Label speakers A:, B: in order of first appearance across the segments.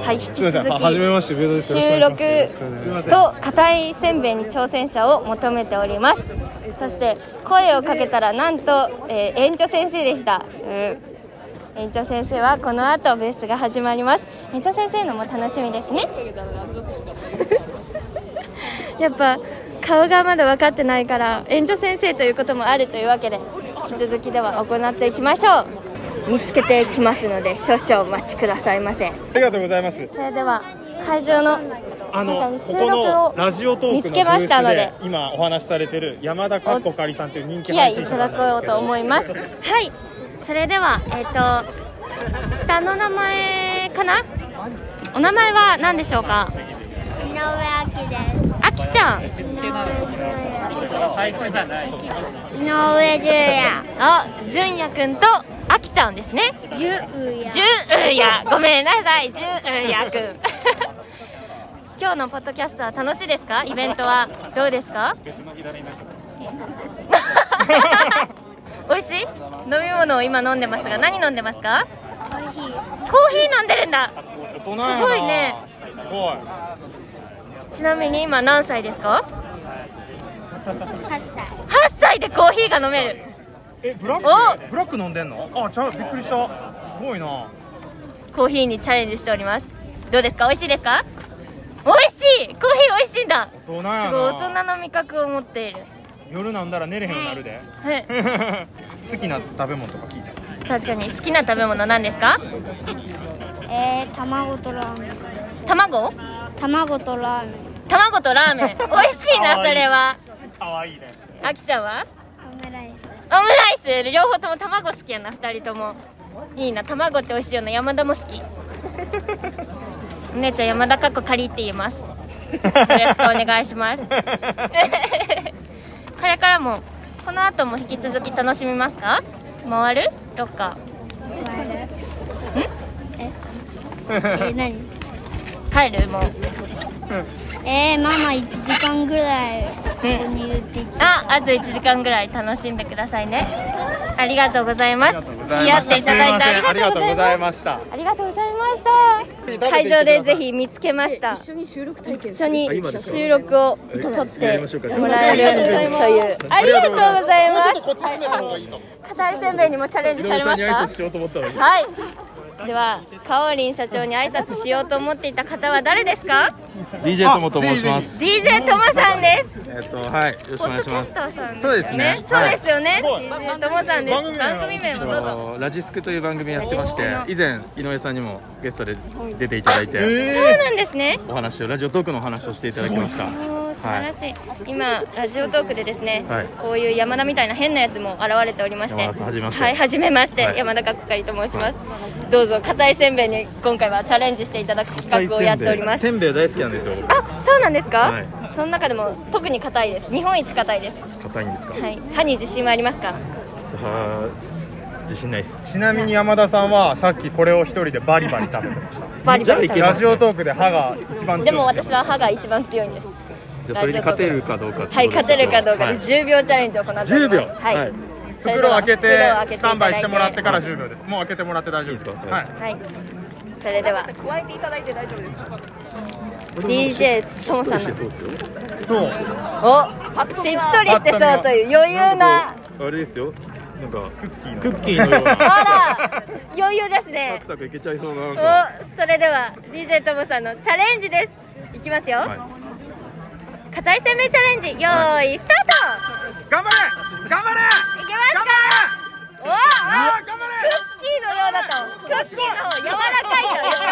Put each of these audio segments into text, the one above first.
A: はい、引き
B: すみません。は初め
A: 続
B: まして上田です。
A: き収録
B: と
A: と硬いせんべいに挑戦者を求めておりますそして声をかけたらなんと、えー園長先生でした、うん、園長先生はこの後ベースが始まります園長先生のも楽しみですね やっぱ顔がまだ分かってないから園長先生ということもあるというわけで引き続きでは行っていきましょう見つけていきますので少々お待ちくださいませ
B: ありがとうございます。
A: それでは会場の
B: あ
A: 中
B: の
A: に
B: こ
A: 収
B: こ
A: 録
B: の
A: を
B: ラジオトークの
A: 見つけましたので
B: ブースで今お話しされてる山田かっこかりさんという
A: お
B: 人気
A: 付き合
B: 配
A: いい
B: 信者
A: た
B: さ
A: だ
B: んな
A: こう
B: んですけ
A: と
B: ど
A: 思いますはいそれではえっ、と下の名前かなお名前は何でしょうか
C: 井上亜希です。
A: あきちゃん
C: 井上純也。
A: あじゅんやくんとあきちゃんですね
C: 純也
A: じゅんやごめんなさいじゅんやくん 今日のポッドキャストは楽しいですかイベントはどうですか 美味しい飲み物を今飲んでますが何飲んでますか
C: コーヒ
A: コー
C: ー。
A: ヒー飲んでるんだ
B: 大人やな
A: すごいね。
B: すご
A: ちなみに今何歳ですか
C: 八歳。
A: 8歳でコーヒーが飲める
B: い。えブラ
A: ッ
B: ッ
A: ク
B: クブラック飲んでんの？あちゃうびっくりした。すごいな。
A: コーヒーにチャレンジしておりますどうですか美味しいですか美味しいコーヒー美味しいんだす
B: 大
A: ご
B: 人
A: い大
B: やな。
A: 人の味覚を持っている
B: 夜飲んだら寝れへんように なるで。
A: はい
B: 好きな食べ物とか聞いた。
A: 確かに好きな食べ物なんですか
C: えー、卵とラーメン。
A: 卵
C: 卵とラーメン。
A: 卵とラーメン美味しいな
B: か
A: そ
B: わいい
A: れは
B: 可愛いね。
A: あきちゃんは
C: オムライ
A: オ
C: ス。
A: ムライス両方とも卵好きやな2人ともいいな卵って美味しいよな山田も好きお姉ちゃん山田かっこかりって言いますよろしくお願いします これからもこの後も引き続き楽しみますか回るどっか
C: え、え、何？
A: 帰るもう
C: えー、ママ一時間ぐらいここにいるって言って。
A: ああと1時間ぐらい楽しんでくださいねありがとうございます付き合っていただいてありがとうございます
B: した。
A: ありがとうございました会場でぜひ見つけました
D: 一緒に収録体験
A: 一緒に収録を撮ってもらえるというあ
B: あ
A: り
B: り
A: が
B: が
A: と
B: と
A: う
B: う
A: ご
B: ご
A: ざいます
B: こっち詰めた方がいいの。
A: 片井せんべいにもチャレンジされま
B: 井上さんに挨拶
A: し
B: しようと思ったのに
A: た。はいではかおりん社長に挨拶しようと思っていた方は誰ですか
E: DJ ともと申します。
A: DJ ともさんです
E: えっとはい、よろしくお願いします。
A: ポッドキャスターさん
E: そうですね
A: そう
E: はい
A: ですよね DJ ともさんです
B: 番組名は
A: 番組名もどうぞ
E: えっとラジスクという番組やってまして、以前井上さんにもゲストで出ていただいて、
A: そうなんですね
E: お話をラジオトークのお話をしていただきました。
A: もう素晴らしい、今ラジオトークでですね、
E: はい
A: こういう山田みたいな変なやつも現れておりまして
E: 山田さん初めまして
A: はい初めまして、
E: はい
A: 山田かっこかりと申します、どうぞ硬いせんべいに今回はチャレンジしていただく企画をやっております
E: せんべい大好きなんですよ。
A: あそうなんですか、
E: はい
A: その中でも特に硬いです日本一硬いです、
E: 僕硬いんですか。
A: はい、歯に自信はありますか
E: ちょっとは自信ないです。
B: ちなみに山田さんはさっきこれを一人でバリバリ食べてました。
A: バリバリ
E: じゃあい
A: 食べ
E: け
A: ま
B: ラ
E: ま
B: ジオトークで歯が一番強い
A: すでも私は歯が一番強いんです
E: じゃあそれに勝てるかどうかってことですけど。
A: はい勝てるかどうか
E: は
A: で
E: い
A: 10秒チャレンジを行っております
E: 10秒
A: はい、
E: はい
A: それで
B: 袋を
A: は
B: 開け
A: 袋を
B: て
A: 開けい
B: ス
A: た
B: タ
A: だ
B: ン
A: い
B: バイしてもらってから10秒です。もう開けてもらって大丈夫です。
E: いいですか
B: はい。
A: はい。それでは
D: 加えていただいて大丈夫ですか
A: DJ ともさんの
E: そうですよ。
B: そう。
A: おしっとりしてそうという余裕な
E: あれですよ。なんか
B: ク
E: クッキーのよ うな。
A: あら余裕です
E: サ
A: ね
E: ク。サクいけちゃいそうななんか。
A: おそれでは DJ ともさんのチャレンジです。いきますよ。
E: は
A: 硬いせんべいチャレンジ用意スター
B: 頑張れ
A: ト。い
B: 頑張れ
A: けますか。おお
B: あ
A: ク
B: 頑張れ
A: ッキーのようだとクッキーの柔らかいと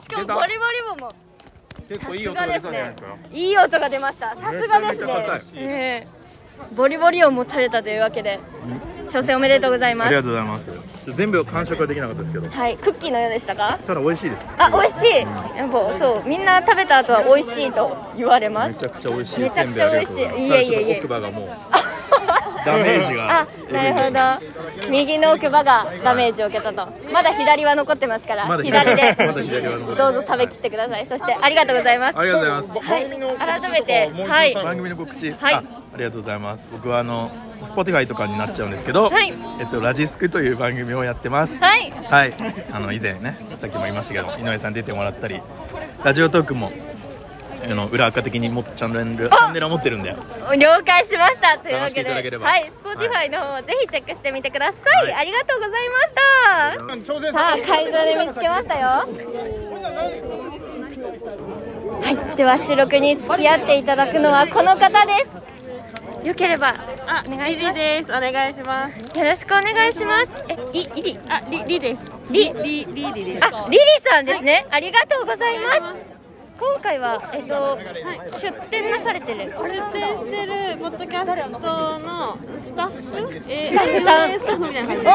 A: おーしかもボリボリもも
E: い。結構いい音が出たんじゃないですか。
A: いい音が出ましたさすがですね
E: めちゃめちゃ硬い
A: ええボリボリを持たれたというわけで挑戦おめでとうございま
E: ありが
A: す
E: とうございます。全部完食はできなかったですけど、
A: はいクッキーのようでしたか
E: ただ美味しいです。
A: あ美味しいやっぱそうみんな食べた後は美味しいと言われま
E: め
A: す
E: ちゃくちゃ美味しい。
A: めちゃくちゃ美味しい
E: せんべありがとうござます
A: いえいえいえ
E: ただちょっと奥歯がもうダメージが
A: あなるほど右の奥歯がダメージを受けたとまだ左は残ってますから
E: まだ
A: 左で
E: 左 まだ左は残って
A: どうぞ食べきってくださいそしてありがとうございます
E: ありがとうございます
A: はい改めてはい
E: 番組の告知、
A: はい
E: あありがとうございます僕はあの Spotify とかになっちゃうんですけど、
A: はい
E: えっと、ラジスクという番組をやってます
A: はい
E: はい、あの以前ねさっきも言いましたけど井上さん出てもらったりラジオトークもあの裏垢的にもチャンネルチャンネルを持ってるんで
A: 了解しましたというわ
E: 探して
A: け
E: い
A: で
E: ただければ
A: はい
E: は
A: Spotify
E: い
A: の方もぜひチェックしてみてください、
E: はい
A: ありがとうございまし
B: 挑
A: た
B: 戦
A: さあ会場で見つけましたよはいでは収録に付き合っていただくのはこの方ですよければあお願いします
F: です。お願いします。
A: よろしくお願いしますえいいり
F: あ、り、りです。
A: り
F: り、り、りです。
A: あ、リリーさんですね、ありがとうございます。今回は、えっと、出店なされてる。
F: 出店してるポッドキャストのスタッフ。え
A: ス
F: ー
A: タッフさん
F: スタッフみたいな感じで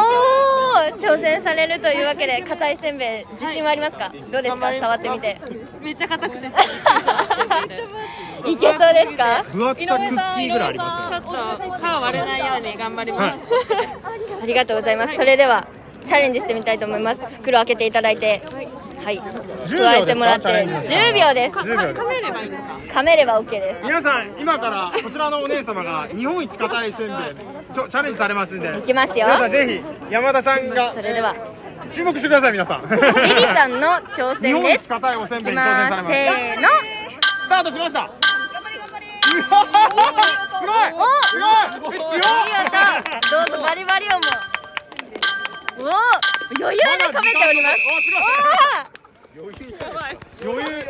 A: おお、挑戦されるというわけで、硬いせんべい、自信はありますか。どうですか、触ってみて。
F: めっちゃ硬くて。ち
A: いけそうですか。
B: 分厚さクッキーぐらいあります
F: ょっと歯割れないように頑張ります。
A: ありがとうございます。それでは、チャレンジしてみたいと思います。袋開けていただいて。はい。加えてもらって、
B: チャレンジですか
A: 10秒です。
B: 10秒です
F: 噛めればいいんですか。
A: 噛めればオッケーです。
B: 皆さん今からこちらのお姉様が日本一硬いせんべいちょチャレンジされますんで
A: いきますよ
B: 皆さんぜひ山田さんが
A: それでは、
B: 注目してください皆さん
A: リリーさんの挑
B: 日
A: 戦
B: 本
A: で
B: 一
A: す。
B: 硬いおせん
A: い
B: べい
A: き
B: に挑戦
A: ま
B: され
A: す。
B: ます
A: せーの。
B: スタートしました頑張れ頑張れすごいすごい
A: いい音どうぞバリバリ音もおお余裕で噛めております
B: 強い余裕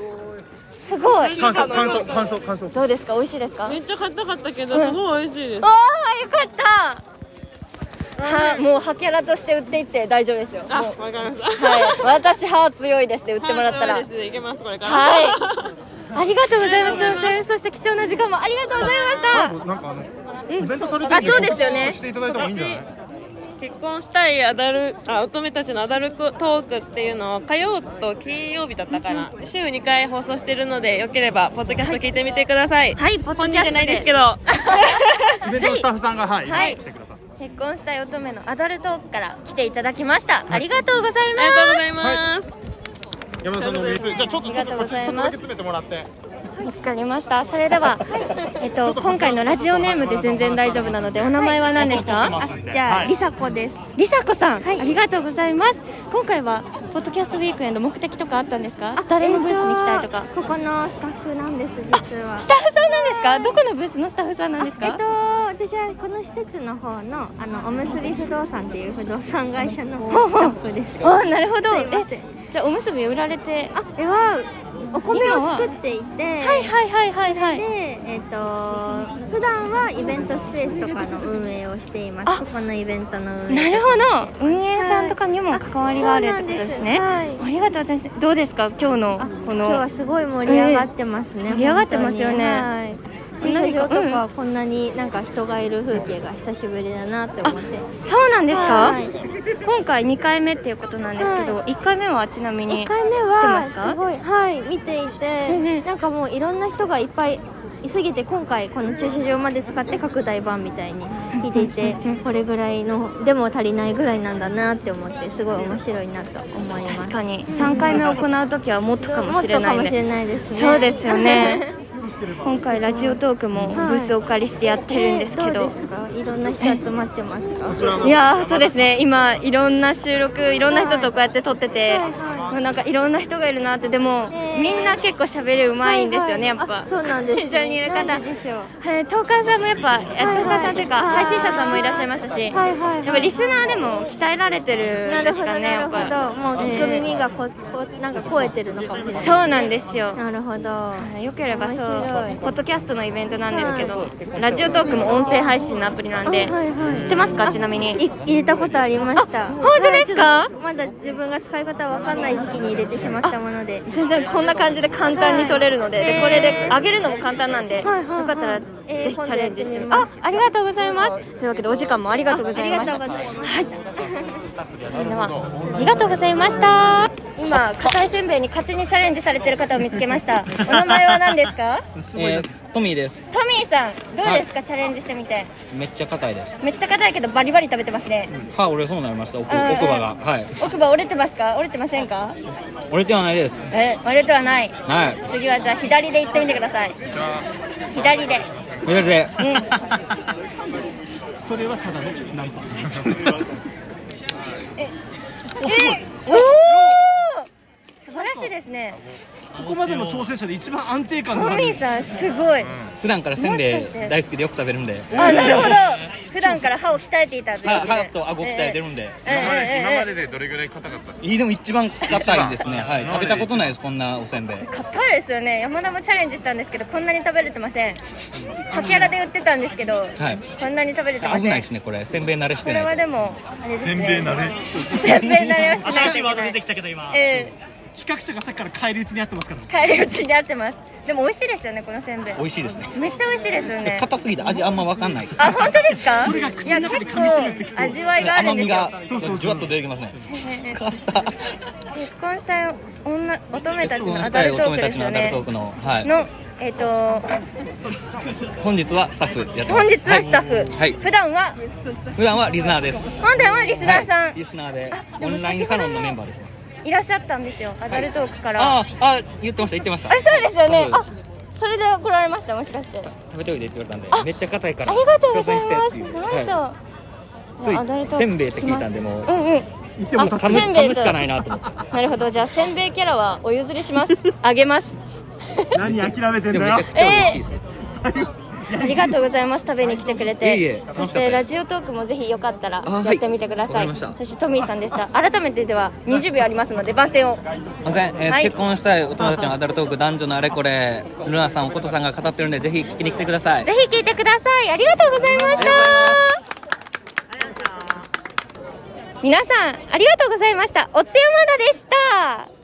A: おーすごい
B: 感想感想感想感想
A: どうですか美味しいですか
F: めっちゃ硬かったけど、すごい美味しいです
A: お。ーよかったはもうハキャラとして売っていって大丈夫ですよ
F: あ、
A: も
F: わ
A: う
F: かり ました。
A: はい私歯強いですって売っ
F: 歯
A: てもらったら
F: 強いですね。いけます、これから。
A: はいありがとうございます挑戦そして貴重な時間もありがとうございまし
B: なんかあのイベントされ
A: たあ
B: て
A: そうで
B: る
A: すよね
B: していただいた方がいいんじゃない
F: 結婚したいアダルあ乙女たちのアダルトークっていうのを火曜と金曜日だったかな週2回放送してるのでよければポッドキャスト聞いてみてください
A: はいポッドキャストで
F: 本人じゃないで すけど
B: イベントのスタッフさんがはい、
A: はい
B: 来てください
A: 結婚したい乙女のアダルトークから来ていただきましたありがとうござい
F: ありがとうご
A: ま
F: ざいます、
B: 山田さんのお店じゃあちょっとちょっとこっちちょ
A: ありがとうございます
B: っとだけ詰めてもらって
A: す見つかりましたそれでは、えっと今回のラジオネームで全然大丈夫なのでお名前は何ですか、
C: じゃあ、り
B: ス
C: さこです。
A: りさこさん、ありがとうございます今回はポッドキャストウィークエンド目的とかあったんですか誰のブースに来たいとか
C: え、ーここのスタッフなんです、実は。
A: スタッフさんなんですかどこのブースのスタッフさんなんですか
C: えっと、私はこの施設の方のあのおむすび不動産っていう不動産会社のスタッフです。
A: あなるほど
C: すいません
A: えじゃあおむすび売られて
C: あ、えはお米を作っていて、
A: はいはいはいはいはい
C: で、えっと普段はイベントスペースとかの運営をしていま
A: あ
C: す。ここのイベントの運
A: な
C: 営。
A: るほど運営さんとかにも関わりがあるってことですね、
C: はいあそうなんです
A: ありがとうございますどうですか今日の
C: あ
A: こ
C: 今日
A: の
C: はすごい盛り上がってますね、
A: ええ盛り上がってますよね
C: 本当にはい、駐車場とかこんなになんか人がいる風景が久しぶりだなって思って
A: そうなんですか、
C: はい
A: 今回2回目っていうことなんですけど、
C: は
A: 1回目はちなみに
C: 1回目
A: 来て
C: は
A: ますか
C: すごいはい見てい
A: ええ
C: てなんかもういろんな人がいっぱいいすぎて今回この駐車場まで使って拡大版みたいに見ていてこれぐらいのでも足りないぐらいなんだなって思ってすごい面白いなと思います
A: 確かに3回目行う時はもっとかもしれない
C: もっとかも
A: ね
C: しれないですね
A: そうですよ ね今回ラジオトークもブ
C: はい
A: ースをお借りしてやってるんですけ
C: えーど
A: ど
C: うですかいろんな人集まってますか
A: いやーそうですね今いろんな収録いろんな人とこうやって撮ってて
C: はいはい
A: もうなんかいろんな人がいるなってでも
C: ねえ
A: みんな結構喋りうまいんですよねやっぱ
C: あそうなんです、ね。
A: 一緒にいる方
C: なんででしょう。
A: はい、トーカーさんもやっぱ、え
C: はい
A: トーカーさんというか
C: はい
A: 配信者さんもいらっしゃいましたし、
C: はいはいはい
A: やっぱリスナーでも鍛えられてる
C: なん
A: で
C: る
A: す
C: ほど
A: かね
C: な
A: や
C: る
A: っぱ
C: ほど。もう聞く耳がこ、こなんか超えてるのかもしれない、
A: そうなんですよ
C: なるほど。
A: あよければそう
C: 面白い
A: ポッドキャストのイベントなんですけど、ラジオトークも音声配信のアプリなんで、
C: あはいはい
A: 知ってますかちなみに
C: い入れたことありました。
A: あ本当ですか
C: はいちょっとまだ自分が使い方わかんない時期に入れてしまったもので。
A: 全然こんな感じで簡単に撮れるので,、
C: はい
A: でこれで上げるのも簡単なんで、
C: はいはいはい
A: よかったらぜ
C: えー
A: ひチャレンジしてみ
C: 今度
A: ま
C: やって
A: す
C: みます
A: あありがとうございますというわけでお時間もありがとうご
C: あ
A: ざ
C: り
A: いま
C: が
A: した
C: とうございます。
A: それではありがとうございました今硬いせんべいに勝手にチャレンジされてる方を見つけましたお名前は何ですか
G: えー、トミーです
A: トミーさんどうですか、チャレンジしてみて
G: めっちゃ硬いです
A: めっちゃ硬いけどバリバリ食べてますね、
G: 歯折れそうになりました奥奥
A: うんうん
G: 歯がはい
A: 奥歯折れてますか折れてませんか
G: 折れてはないです
A: え折れてはない
G: はい
A: 次はじゃあ左で行ってみてください左で
G: 左で
A: うん
B: それはただのナ ンパ
A: えおお素晴らしいですね
B: ここまでの挑戦者で一番安定感
A: ト
B: のあ
A: ミ
B: る
A: ーさんすごい
G: 普段からせんべ
A: もしかして
G: い大好きでよく食べるんで
A: あなるほど普段から歯を鍛えていたというこ
G: 歯
A: とで
G: 歯と顎鍛えてるんで、
A: ええええええええ
H: でどれぐらい硬かったですか
G: いいでも一番硬いですねはい食べたことないですこんなおせんべい
A: 硬いですよね山田もチャレンジしたんですけどこんなに食べれてませんかけらで売ってたんですけど、
G: はい
A: こんなに食べれてません
G: 危ないですねこれせんべい慣れし
A: こ
G: て
A: れ
G: な
A: はい
G: と
A: でもあれですね
E: せんべいなれ
A: せんべいになりますね
I: 新しいワード出てきたけど今
A: え
B: 企画者がさっきから返り討ちにやってますから
A: え帰り討ちに合ってますでも美味しいですよねこのせんべい
G: 美味しいですね
A: めっちゃ美味しいですよね
G: 硬すぎて味あんま分かんないです
A: あ本当ですか
B: それが口の中で
A: いや結
B: 噛み締めて
A: 構味わいがある
G: 甘
A: んで
G: み
A: すよ
G: が
B: そうそうそう
G: じゅわっと出てきますね
A: ええ
G: 硬
A: 結婚したい女乙女たちのアダ
G: た
A: ル
G: い
A: トー
G: 乙
A: ク
G: 女た
A: で
G: ち
A: す
G: の
A: よ
G: アダル
A: ね
G: トークのはい
A: のえっ、と
G: 本日はスタッフやってま
A: 本
G: す
A: 日はスタッフ、
G: はい、は、
A: 普段はい
G: 普段はリスナーです
A: 本段はリスナーさん、
G: はい、リスナーで
A: あで
G: オ
A: も
G: ンラインサロンのメンバーですね
A: いらっしゃったんですよアダルトークから、
G: あああ言ってました言ってました
A: あそうですよね
G: そう
A: あそれで来られましたもしかして
G: 食べておいでって言われたんで
A: あ
G: めっちゃ硬いか
A: あ
G: ら
A: りがとうござい
G: 挑
A: ま
G: 戦し
A: す
G: てっていう
A: なんと、
G: はつい
A: もうアダルトーク
G: せんべいって聞いたんでもう
A: うんうん
G: い、もう噛む
A: せんべいと
G: 噛むしかないなと思って
A: なるほどじゃあせんべいキャラはお譲りします あげます
B: 何諦めてん
G: でも
B: だよ
G: めちゃくちゃ美味しいですよ、
A: ありがとうございます食べに来てくれて
G: いえいえ楽しか
A: そ
G: ったで
A: し
G: す
A: てラジオトークもぜひよかったら
G: あはい
A: やってみてください、
G: わかりました
A: そしてトミーさんでした改めてでは20秒ありますので番宣を
G: すいません、えー
A: はい
G: 結婚したいお友達のアダルトーク男女のあれこれルナさんおことさんが語ってるんでぜひ聞きに来てください
A: ぜひ聞いてくださいありがとうございました皆さんありがとうございましたおつやまだでした